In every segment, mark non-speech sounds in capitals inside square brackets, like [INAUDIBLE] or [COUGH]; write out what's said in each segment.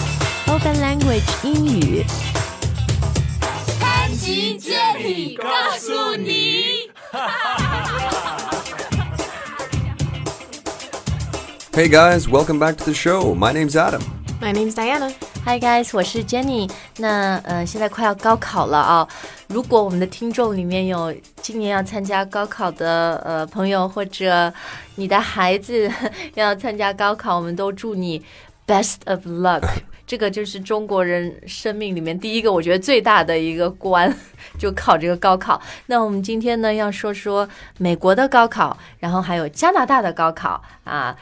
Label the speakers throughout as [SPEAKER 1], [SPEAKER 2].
[SPEAKER 1] Spoken Language 英语。
[SPEAKER 2] 潘吉接力告诉你。
[SPEAKER 3] Hey guys, welcome back to the show. My name's Adam.
[SPEAKER 4] My name's Diana.
[SPEAKER 1] Hi guys，我是 Jenny。那呃，现在快要高考了啊！如果我们的听众里面有今年要参加高考的呃朋友，或者你的孩子 [LAUGHS] 要参加高考，我们都祝你 best of luck。这个就是中国人生命里面第一个，我觉得最大的一个关，就考这个高考。那我们今天呢，要说说美国的高考，然后还有加拿大的高考啊。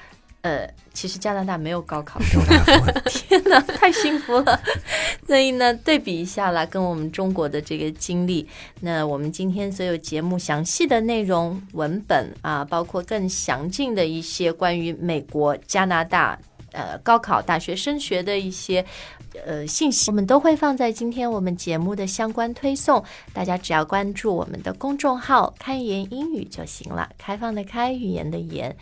[SPEAKER 1] 呃，其实加拿大没有高考，
[SPEAKER 3] Don't have one.
[SPEAKER 1] 天哪，太幸福了！ [LAUGHS] 所以呢，对比一下啦，跟我们中国的这个经历，那我们今天所有节目详细的内容、文本啊，包括更详尽的一些关于美国、加拿大呃高考、大学升学的一些。呃，信息我们都会放在今天我们节目的相关推送，大家只要关注我们的公众号“开言英语”就行了。开放的开，语言的言。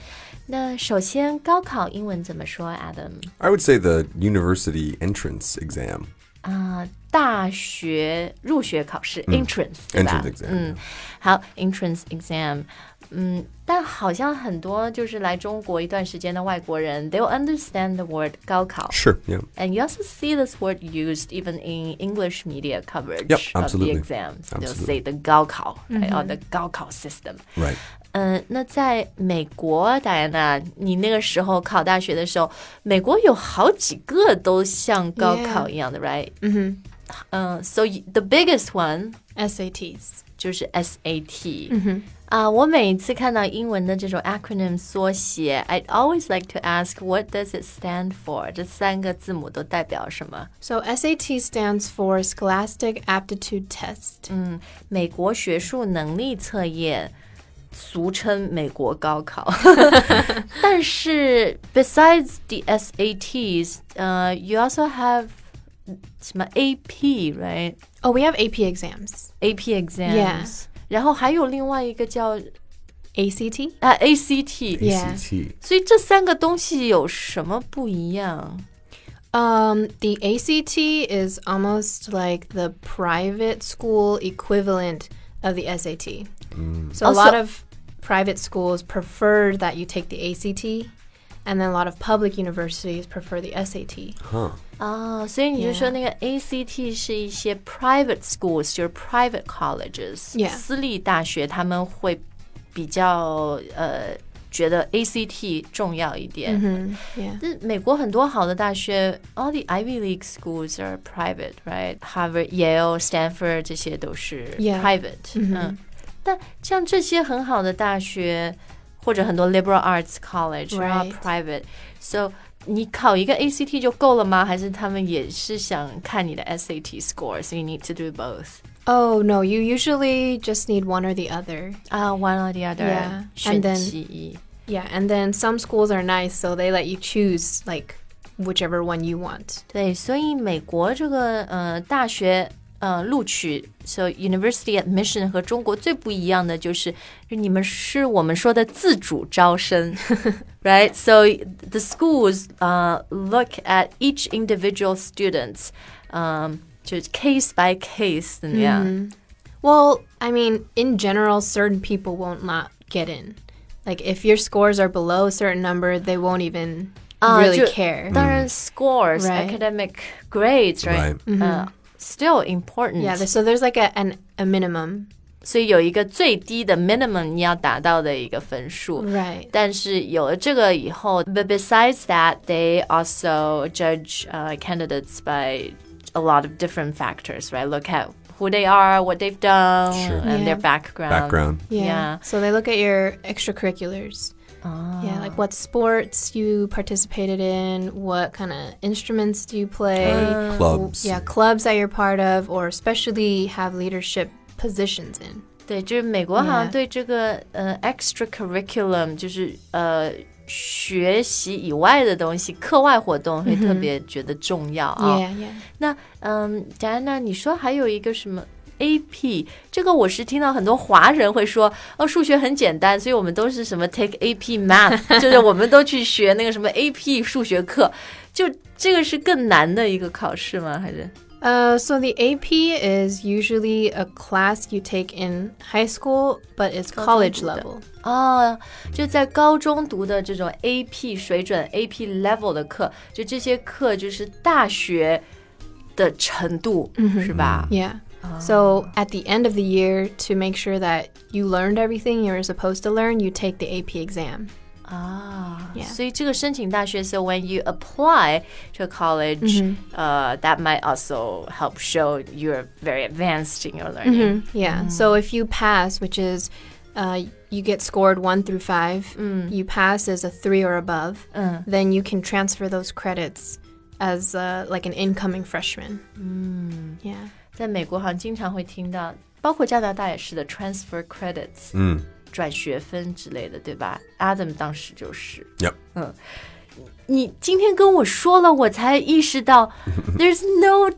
[SPEAKER 1] 那首先，高考英文怎么说，Adam？
[SPEAKER 3] I would say the university entrance exam.
[SPEAKER 1] 啊、大学入学考试、entrance 对吧
[SPEAKER 3] Entrance exam.
[SPEAKER 1] 嗯，好，entrance exam。嗯，但好像很多就是来中国一段时间的外国人，they'll understand the word 高考。
[SPEAKER 3] Sure. Yeah.
[SPEAKER 1] And you also see this word used even in English media coverage
[SPEAKER 3] Yep,
[SPEAKER 1] of the
[SPEAKER 3] absolutely.
[SPEAKER 1] exams. They'll
[SPEAKER 3] Absolutely.
[SPEAKER 1] say the 高考 right, or the 高考 system.
[SPEAKER 3] Right.
[SPEAKER 1] 嗯，那在美国，戴安娜，你那个时候考大学的时候，美国有好几个都像高考一样的 right？嗯哼，嗯，so you- the biggest one
[SPEAKER 4] SATs.
[SPEAKER 1] 就是 SAT。嗯哼，啊，我每一次看到英文的这种 acronym 缩写，I always like to ask what does it stand for？这三个字母都代表什么？
[SPEAKER 4] So SAT stands for Scholastic Aptitude Test.
[SPEAKER 1] 美国学术能力测验，俗称美国高
[SPEAKER 4] [LAUGHS]
[SPEAKER 1] 考。但是，besides the SATs，呃、y o u also have 什么 AP，right？AP
[SPEAKER 4] Oh, we have AP exams.
[SPEAKER 1] exams。
[SPEAKER 4] Yeah
[SPEAKER 1] 然后还有另外一个叫
[SPEAKER 4] ACT?
[SPEAKER 1] 啊 ACT。
[SPEAKER 4] Yeah.
[SPEAKER 3] ACT.
[SPEAKER 1] 所以这三个东西有什么不一样？
[SPEAKER 4] Um, the ACT is almost like the private school equivalent of the SAT.
[SPEAKER 3] Mm.
[SPEAKER 4] So a
[SPEAKER 1] Also-
[SPEAKER 4] lot of private schools prefer that you take the ACT, and then a lot of public universities prefer the SAT.
[SPEAKER 1] 啊，所以你就
[SPEAKER 4] Yeah.
[SPEAKER 1] 说那个 ACT 是一些 private schools，就是 private colleges，、
[SPEAKER 4] Yeah.
[SPEAKER 1] 私立大学他们会比较呃觉得 ACT 重要一点。
[SPEAKER 4] Yeah.
[SPEAKER 1] 那美国很多好的大学，all the Ivy League schools are private，right？Harvard、Yale、Stanford 这些都是
[SPEAKER 4] Yeah. Mm-hmm.
[SPEAKER 1] private。嗯，但像这些很好的大学，或者很多 liberal arts college 然后
[SPEAKER 4] Right.
[SPEAKER 1] private，so 你考一个 ACT 就够了吗？还是他们也是想看你的 SAT score？So you need to do both。
[SPEAKER 4] Oh no, you usually just need one or the other.
[SPEAKER 1] 啊、o n e or the other，、
[SPEAKER 4] Yeah.
[SPEAKER 1] 选
[SPEAKER 4] And then-
[SPEAKER 1] 其一。
[SPEAKER 4] Yeah, and then some schools are nice, so they let you choose like whichever one you want.
[SPEAKER 1] 对，所以美国这个呃大学呃录取，so university admission 和中国最不一样的就是，就你们是我们说的自主招生 [LAUGHS] ，right? So the schools 呃、look at each individual students，嗯、就是 case by case 怎么样？
[SPEAKER 4] 嗯 Well, I mean, in general, certain people won't not get in. Like if your scores are below a certain number, they won't even
[SPEAKER 1] Ah,
[SPEAKER 4] really
[SPEAKER 1] ju-
[SPEAKER 4] care.
[SPEAKER 1] 当然，scores、
[SPEAKER 4] Right.
[SPEAKER 1] academic grades right，
[SPEAKER 3] Right.
[SPEAKER 1] 嗯、still important。
[SPEAKER 4] Yeah, there's- so there's like a an, a minimum.
[SPEAKER 1] 所以有一个最低的 minimum 你要达到的一个分数。
[SPEAKER 4] Right.
[SPEAKER 1] 但是有了这个以后，but besides that, they also judge uh, candidates by a lot of different factors, right? Look at who they are, what they've done,
[SPEAKER 3] Sure.
[SPEAKER 1] and their
[SPEAKER 4] Yeah.
[SPEAKER 1] background.
[SPEAKER 3] Background.
[SPEAKER 4] Yeah.
[SPEAKER 1] Yeah. Ah.
[SPEAKER 4] So they look at your extracurriculars. Yeah, like what sports you participated in, what kind of instruments do you play?
[SPEAKER 1] Ah.
[SPEAKER 3] Clubs.
[SPEAKER 4] Yeah, clubs that you're part of, or especially have leadership positions in.
[SPEAKER 1] 对，就是美国好像
[SPEAKER 4] Yeah.
[SPEAKER 1] 对这个呃 extracurriculum，就是呃学习以外的东西，课外活动会特别觉得重要啊。
[SPEAKER 4] Uh, Yeah, yeah.
[SPEAKER 1] 那嗯，贾安娜，你说还有一个什么 AP，这个我是听到很多华人会说，哦，数学很简单，所以我们都是什么 take AP [LAUGHS] math，就是我们都去学那个什么 AP 数学课，就这个是更难的一个考试吗？还是
[SPEAKER 4] Uh, so the AP is usually a class you take in high school, but it's college
[SPEAKER 1] 高中读的。
[SPEAKER 4] level.
[SPEAKER 1] 哦，就在高中读的这种 AP 水准 AP level 的课，就这些课就是大学的程度，是吧？
[SPEAKER 4] Yeah. So at the end of the year, to make sure that you learned everything you were supposed to learn, you take the AP exam.
[SPEAKER 1] 啊
[SPEAKER 4] Yeah.
[SPEAKER 1] 所以这个申请大学，so Ah, when you apply to college，呃、t h a t might also help show you're very advanced in your
[SPEAKER 4] Mm-hmm.
[SPEAKER 1] learning、
[SPEAKER 4] Yeah. So if you pass, which is uh, you get scored one through five, you pass as a three or above, then you can transfer those credits as uh, like an incoming freshman. Yeah.
[SPEAKER 1] 在美国好像经常会听到，包括加拿大也是的，transfer credits，
[SPEAKER 3] Mm.
[SPEAKER 1] 转学分之类的，对吧？Adam 当时就是，
[SPEAKER 3] Yep.
[SPEAKER 4] Oh.
[SPEAKER 1] 嗯，你今天跟我说了，我才意识到，there's no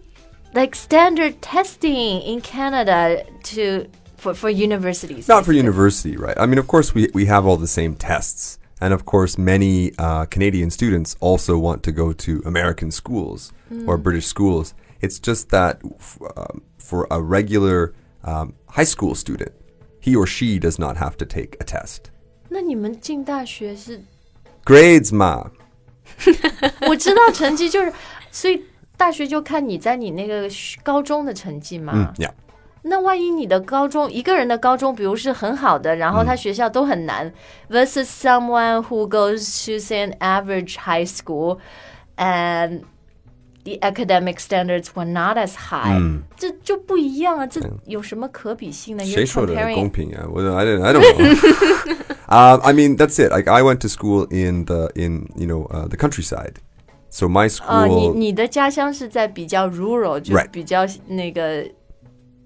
[SPEAKER 1] like standard testing in Canada to for for universities.
[SPEAKER 3] Not for university, right? I mean, of course, we, we have all the same tests. And of course, many uh, Canadian students also want to go to American schools
[SPEAKER 4] Mm.
[SPEAKER 3] or British schools. It's just that f- um, for a regular um, high school student, he or she does not have to take a test.
[SPEAKER 1] 那你们进大学是
[SPEAKER 3] Grades, ma.
[SPEAKER 1] 我知道成绩就是，所以大学就看你在你那个学高中的成绩嘛。
[SPEAKER 3] Mm, yeah.
[SPEAKER 1] 那万一你的高中一个人的高中，比如是很好的，然后他学校都很
[SPEAKER 3] 嗯
[SPEAKER 1] 难、v e r s u s someone who goes to say an average high school and the academic standards were not as high，、这
[SPEAKER 3] Mm.
[SPEAKER 1] 就不一样啊，这有什么可比性呢？You're
[SPEAKER 3] 嗯谁说的公平啊？
[SPEAKER 1] comparing
[SPEAKER 3] 我- I don't, I don't
[SPEAKER 1] [LAUGHS]
[SPEAKER 3] know. um, I mean, that's it. Like, I went to school in the in you know uh, the countryside, so my
[SPEAKER 1] 啊、你
[SPEAKER 3] school.
[SPEAKER 1] 你的家乡是在比较 rural，就是
[SPEAKER 3] Right
[SPEAKER 1] 比较那个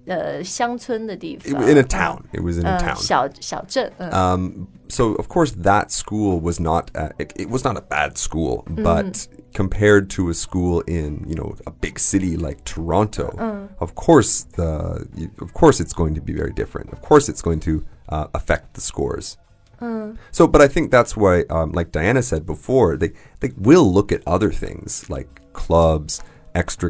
[SPEAKER 1] 呃乡村的地
[SPEAKER 3] it
[SPEAKER 1] 方
[SPEAKER 3] wa- in a town. It was in a
[SPEAKER 1] 呃
[SPEAKER 3] town.
[SPEAKER 1] 小小镇，嗯。
[SPEAKER 3] Um, so of course that school was not uh, it, it was not a bad school, but compared to a school in you know a big city like Toronto, of course the y- of course it's going to be very different. Of course it's going to uh, affect the scores. So, but I think that's why, um, like Diana said before, they they will look at other things like clubs,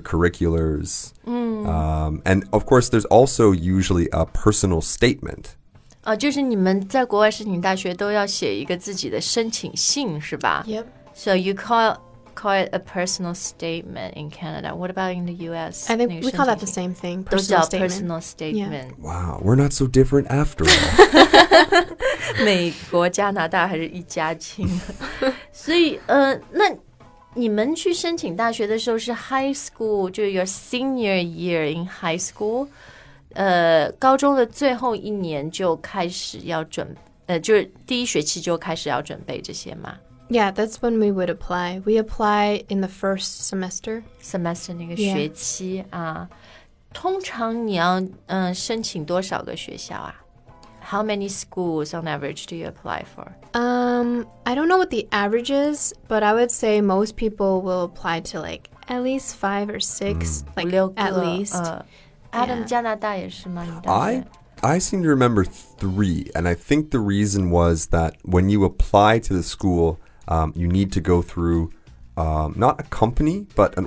[SPEAKER 3] extracurriculars, um, and of course there's also usually a personal statement.
[SPEAKER 1] 啊，就是你们在国外申请大学都要写一个自己的申请信，是吧
[SPEAKER 4] Yep.
[SPEAKER 1] So you call call it a personal statement in Canada. What about in the U.S.?
[SPEAKER 4] I
[SPEAKER 1] 那个
[SPEAKER 4] think we
[SPEAKER 1] 申
[SPEAKER 4] call
[SPEAKER 1] 请
[SPEAKER 4] that the
[SPEAKER 1] 信
[SPEAKER 4] same thing.
[SPEAKER 1] 都叫 personal
[SPEAKER 4] Personal statement.
[SPEAKER 1] statement。
[SPEAKER 3] Wow, we're not so different after all.
[SPEAKER 1] 美国、加拿大还是一家亲， [LAUGHS] 所以呃，那你们去申请大学的时候是 high school，就是 your senior year in high school，呃，高中的最后一年就开始要准，呃，就是第一学期就开始要准备这些嘛
[SPEAKER 4] Yeah, that's when we would apply. We apply in the first semester.
[SPEAKER 1] ，semester 那个
[SPEAKER 4] Yeah.
[SPEAKER 1] 学期啊。通常你要嗯、呃申请多少个学校啊？How many schools on average do you apply for？
[SPEAKER 4] Um, I don't know what the average is, but I would say most people will apply to like at least five or six,
[SPEAKER 1] 五
[SPEAKER 4] like
[SPEAKER 1] 六个
[SPEAKER 4] at least.
[SPEAKER 1] 呃，Adam
[SPEAKER 4] Yeah.
[SPEAKER 1] 加拿大也是吗？你大学
[SPEAKER 3] I I seem to remember three, and I think the reason was that when you apply to the school, um, you need to go through um, not a company but an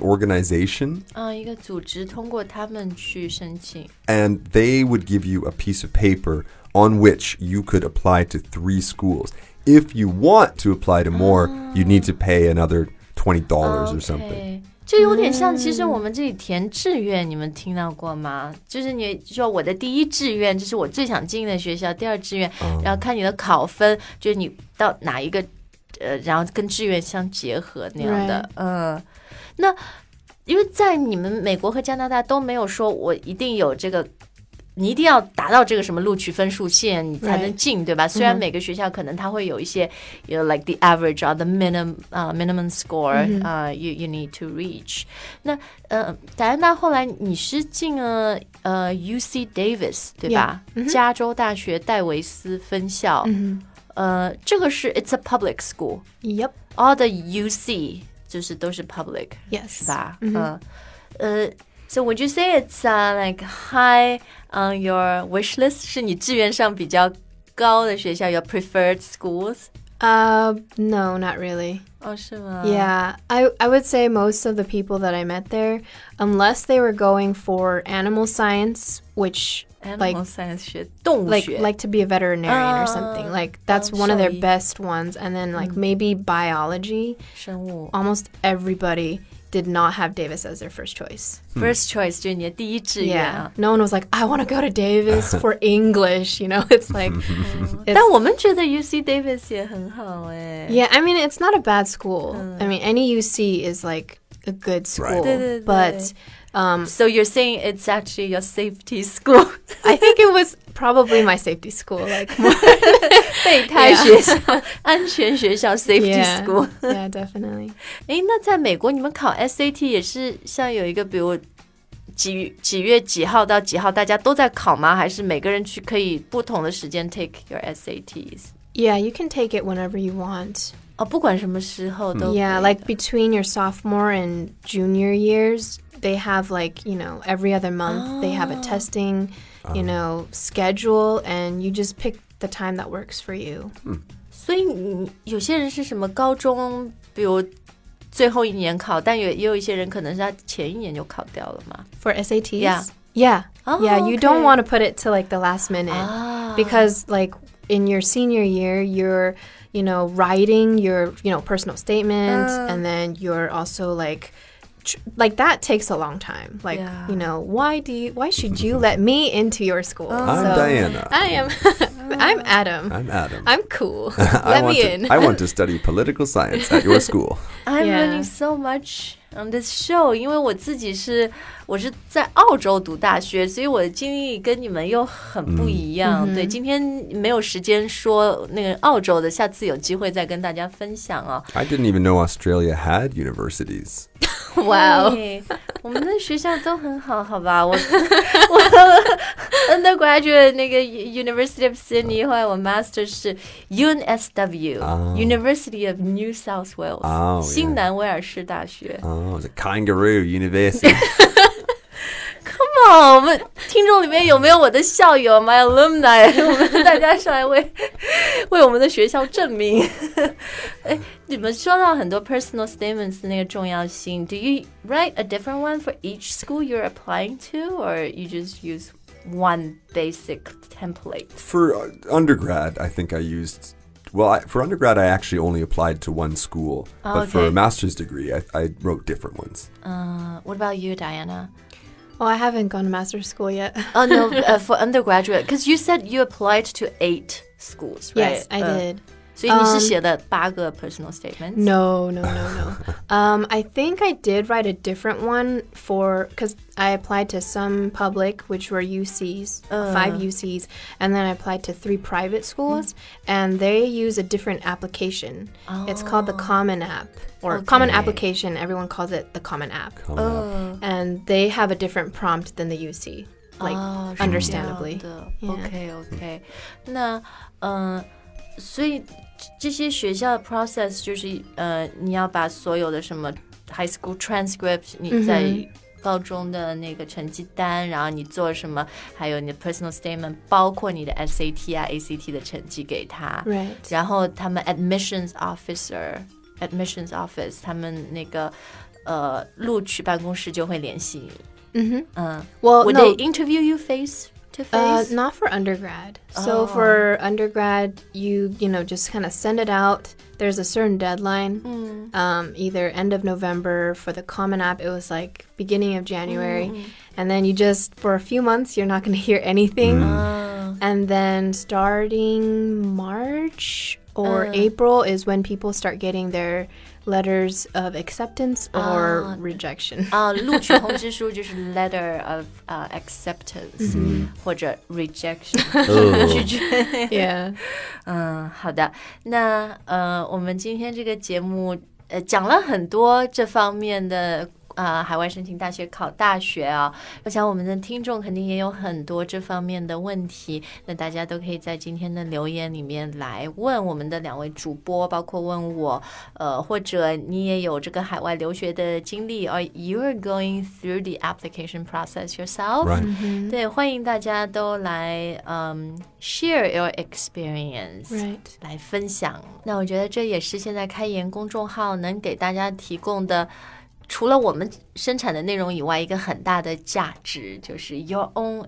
[SPEAKER 3] organization,
[SPEAKER 1] 嗯、一个组织通过他们去申请
[SPEAKER 3] and they would give you a piece of paper on which you could apply to three schools. If you want to apply to more, you need to pay another twenty dollars or something.
[SPEAKER 1] OK 就哎有点
[SPEAKER 4] 嗯
[SPEAKER 1] 像，其实我们这里填志愿，你们听到过吗？就是你说我的第一志愿，这是我最想进的学校；第二志愿，
[SPEAKER 3] 嗯 Um,
[SPEAKER 1] 然后看你的考分，就是你到哪一个，呃，然后跟志愿相结合那样的。嗯，那因为在你们美国和加拿大都没有说我一定有这个。你一定要达到这个什么录取分数线，你才
[SPEAKER 4] Right
[SPEAKER 1] 能进，对吧？虽然每个学校可能它会有一些，you know like the average or the minimum 啊、minimum score 啊、you you need to reach。那呃，戴安娜后来你是进了呃 UC Davis 对吧
[SPEAKER 4] 嗯
[SPEAKER 1] 加州大学戴维斯分校。呃，这个是 it's a public school，all
[SPEAKER 4] Yep.
[SPEAKER 1] the UC 就是都是 public 是
[SPEAKER 4] Yes.
[SPEAKER 1] 吧？嗯，呃， So would you say it's uh, like high on your wish list? 是你志愿上比较高的学校，your preferred schools？
[SPEAKER 4] Uh, no, not really.
[SPEAKER 1] 哦，是吗
[SPEAKER 4] yeah, I I would say most of the people that I met there, unless they were going for animal science, which
[SPEAKER 1] Animal
[SPEAKER 4] like
[SPEAKER 1] science oh, 学动物
[SPEAKER 4] like
[SPEAKER 1] 学
[SPEAKER 4] like to be a veterinarian or something.
[SPEAKER 1] Ah,
[SPEAKER 4] Like that's
[SPEAKER 1] um,
[SPEAKER 4] one of their
[SPEAKER 1] sorry. Hmm.
[SPEAKER 4] best ones. And then like maybe biology.
[SPEAKER 1] 生物。
[SPEAKER 4] Almost everybody did not have Davis as their first choice.
[SPEAKER 1] First choice 就是你的第一志愿
[SPEAKER 4] Yeah.
[SPEAKER 1] 啊。
[SPEAKER 4] No one was like, I want to go to Davis
[SPEAKER 1] [LAUGHS]
[SPEAKER 4] for English. You know, [LAUGHS] it's like, it's-
[SPEAKER 1] 但我们觉得 UC Davis 也很好哎、
[SPEAKER 4] yeah, I mean, it's not a bad school. I mean, any UC is like a good school.
[SPEAKER 1] Uh. Right.
[SPEAKER 4] But um,
[SPEAKER 1] So you're saying it's actually your safety [LAUGHS] school
[SPEAKER 4] I think it was
[SPEAKER 1] [LAUGHS]
[SPEAKER 4] probably my safety school. Like, more,
[SPEAKER 1] 备胎学校、安全学校 safety
[SPEAKER 4] yeah,
[SPEAKER 1] school。
[SPEAKER 4] [LAUGHS] yeah, definitely.
[SPEAKER 1] 诶，那在美国你们考 SAT 也是像有一个，比如几几月几号到几号，大家都在考吗？还是每个人去可以不同的时间 take your SATs？
[SPEAKER 4] Yeah, you can take it whenever you want.
[SPEAKER 1] 哦，不管什么时候都可以
[SPEAKER 4] Yeah,
[SPEAKER 1] 的
[SPEAKER 4] like between your sophomore and junior years, they have like, you know, every other month they have
[SPEAKER 1] Ah.
[SPEAKER 4] a testing, you know, schedule and you just pick the time that works for you.
[SPEAKER 1] 所以你有些人是什么高中，比如最后一年考，但有也有一些人可能是他前一年就考掉了嘛。
[SPEAKER 4] For SATs?
[SPEAKER 1] Yeah.
[SPEAKER 4] Yeah.
[SPEAKER 1] Oh,
[SPEAKER 4] yeah, you
[SPEAKER 1] okay.
[SPEAKER 4] don't
[SPEAKER 1] Ah.
[SPEAKER 4] want to put it to like the last minute because like in your senior year, you're, you know, writing your, you know, personal statement
[SPEAKER 1] Ah.
[SPEAKER 4] and then you're also like tr- like that takes a long time. Like,
[SPEAKER 1] Yeah.
[SPEAKER 4] you know, why do you why should you let me into your school?
[SPEAKER 1] Oh.
[SPEAKER 3] I'm
[SPEAKER 4] So-
[SPEAKER 3] Diana.
[SPEAKER 4] I am [LAUGHS] I'm
[SPEAKER 1] Ah.
[SPEAKER 4] Adam.
[SPEAKER 3] I'm Adam.
[SPEAKER 4] I'm cool.
[SPEAKER 3] [LAUGHS] I
[SPEAKER 4] let
[SPEAKER 3] want
[SPEAKER 4] me
[SPEAKER 3] to,
[SPEAKER 4] in.
[SPEAKER 3] I want to study political science at your school.
[SPEAKER 1] I'm
[SPEAKER 4] Yeah.
[SPEAKER 1] learning so much on this show，因为我自己是我是在澳洲读大学，所以我的经历跟你们又很不一
[SPEAKER 4] 嗯
[SPEAKER 1] 样。对，今天没有时间说那个澳洲的，下次有机会再跟大家分享啊。
[SPEAKER 3] I didn't even know Australia had universities.
[SPEAKER 4] [LAUGHS] wow.
[SPEAKER 1] 对，我们的学校都很好，好吧？我
[SPEAKER 4] [LAUGHS]
[SPEAKER 1] 我 undergraduate 那个 University of Sydney，后来我 master 是 UNSW、
[SPEAKER 3] 哦
[SPEAKER 1] University of New South Wales，、
[SPEAKER 3] 哦
[SPEAKER 1] 新南威尔士大学。
[SPEAKER 3] Oh, it was a kangaroo university.
[SPEAKER 1] Come on，我们听众里面有没有我的校友，my [LAUGHS] alumni？我们大家上来为 [LAUGHS] 为我们的学校证明。 [LAUGHS] 哎，你们说到很多 personal statements 的那个重要性，Do you write a different one for each school you're applying to, or you just use one basic template?
[SPEAKER 3] for uh, undergrad, I think I used. Well, I, for undergrad, I actually only applied to one school, but for
[SPEAKER 1] okay.
[SPEAKER 3] a master's degree, I, I wrote different ones.
[SPEAKER 1] Uh, what about you, Diana?
[SPEAKER 4] [LAUGHS] Well, I haven't gone to master's school yet.
[SPEAKER 1] Oh [LAUGHS] no, uh, for undergraduate, because you said you applied to eight schools, right?
[SPEAKER 4] yes, I
[SPEAKER 1] Uh,
[SPEAKER 4] did.
[SPEAKER 1] 所以你是写了八个 personal statements？
[SPEAKER 4] No, no, no,
[SPEAKER 1] [LAUGHS]
[SPEAKER 4] no. um, I think I did write a different one for because I applied to some public, which were UCs,
[SPEAKER 1] Uh.
[SPEAKER 4] five UCs, and then I applied to three private schools, and they use a different application. It's called
[SPEAKER 1] Oh.
[SPEAKER 4] the Common App or Common Application. Everyone calls it the Common App,
[SPEAKER 3] Come on.
[SPEAKER 4] Oh. and they have a different prompt than the UC. Like,
[SPEAKER 1] 哦，是
[SPEAKER 4] understandably.
[SPEAKER 1] 这样的
[SPEAKER 4] Yeah.
[SPEAKER 1] OK OK，那嗯、呃所以这这些学校的 process 就是呃，你要把所有的什么 high school transcript 你在高中的那个成绩单，然后你做什么，还有你的 personal statement，包括你的 SAT 啊 ACT 的成绩给他。
[SPEAKER 4] right.
[SPEAKER 1] 然后他们 admissions officer admissions office 他们那个呃录取办公室就会联系你。
[SPEAKER 4] Well,
[SPEAKER 1] Would
[SPEAKER 4] Oh， no,
[SPEAKER 1] they interview you face to
[SPEAKER 4] Uh,
[SPEAKER 1] face?
[SPEAKER 4] not for undergrad. So for undergrad, you you know just kind of send it out. There's a certain deadline, um, either end of November for the Common App. It was like beginning of January, and then you just for a few months you're not going to [LAUGHS] hear anything, and then starting March or April is when people start getting their letters of acceptance or
[SPEAKER 1] [LAUGHS]
[SPEAKER 4] rejection.
[SPEAKER 1] 啊，录取通知书就是 letter of 呃 acceptance 或者 rejection 拒绝。
[SPEAKER 4] yeah.
[SPEAKER 1] 嗯，好的。那呃，我们今天这个节目呃讲了很多这方面的呃海外申请大学考大学啊。我想我们的听众肯定也有很多这方面的问题，那大家都可以在今天的留言里面来问我们的两位主播，包括问我，呃，或者你也有这个海外留学的经历，or you are going through the application process yourself，、
[SPEAKER 3] Right.
[SPEAKER 1] 对，欢迎大家都来，嗯，share your experience，、
[SPEAKER 4] Right.
[SPEAKER 1] 来分享。那我觉得这也是现在开言公众号能给大家提供的，除了我们生产的内容以外，一个很大的价值就是 your own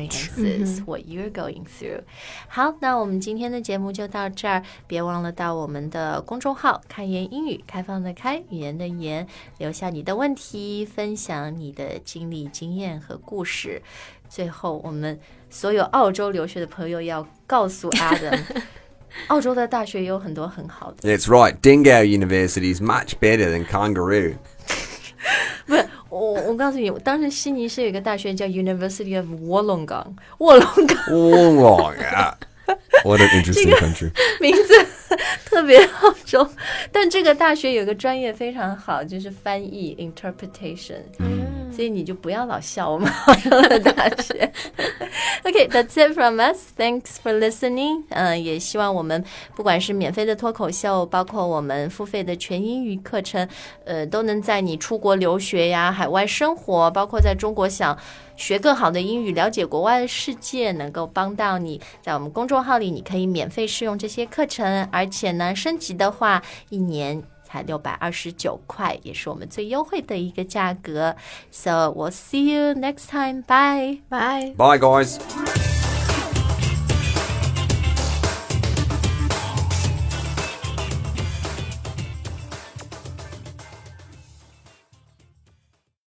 [SPEAKER 1] experiences, what you're going through。好，那我们今天的节目就到这儿，别忘了到我们的公众号“开言英语”，开放的开，语言的言，留下你的问题，分享你的经历、经验和故事。最后，我们所有澳洲留学的朋友要告诉 Adam，澳洲的大学也有很多很好的。
[SPEAKER 3] That's right. Dingo University is much better than Kangaroo.
[SPEAKER 1] 不是，我我告诉你，当时悉尼是有一个大学叫 University of Wollongong，卧 [LAUGHS] 龙岗
[SPEAKER 3] Wollongong. Ah. what an interesting country.
[SPEAKER 1] 名字 [LAUGHS] 特别澳洲，但这个大学有个专业非常好，就是翻译 interpretation，、所以你就不要老笑我们澳洲的大学。Okay, that's it from us. Thanks for listening. 嗯、也希望我们不管是免费的脱口秀，包括我们付费的全英语课程，呃，都能在你出国留学呀、海外生活，包括在中国想学更好的英语、了解国外的世界，能够帮到你。在我们公众号里，你可以免费试用这些课程，而且呢，升级的话，一年。才六百二十九块，也是我们最优惠的一个价格。So we'll see you next time. Bye.
[SPEAKER 4] Bye.
[SPEAKER 3] Bye, guys.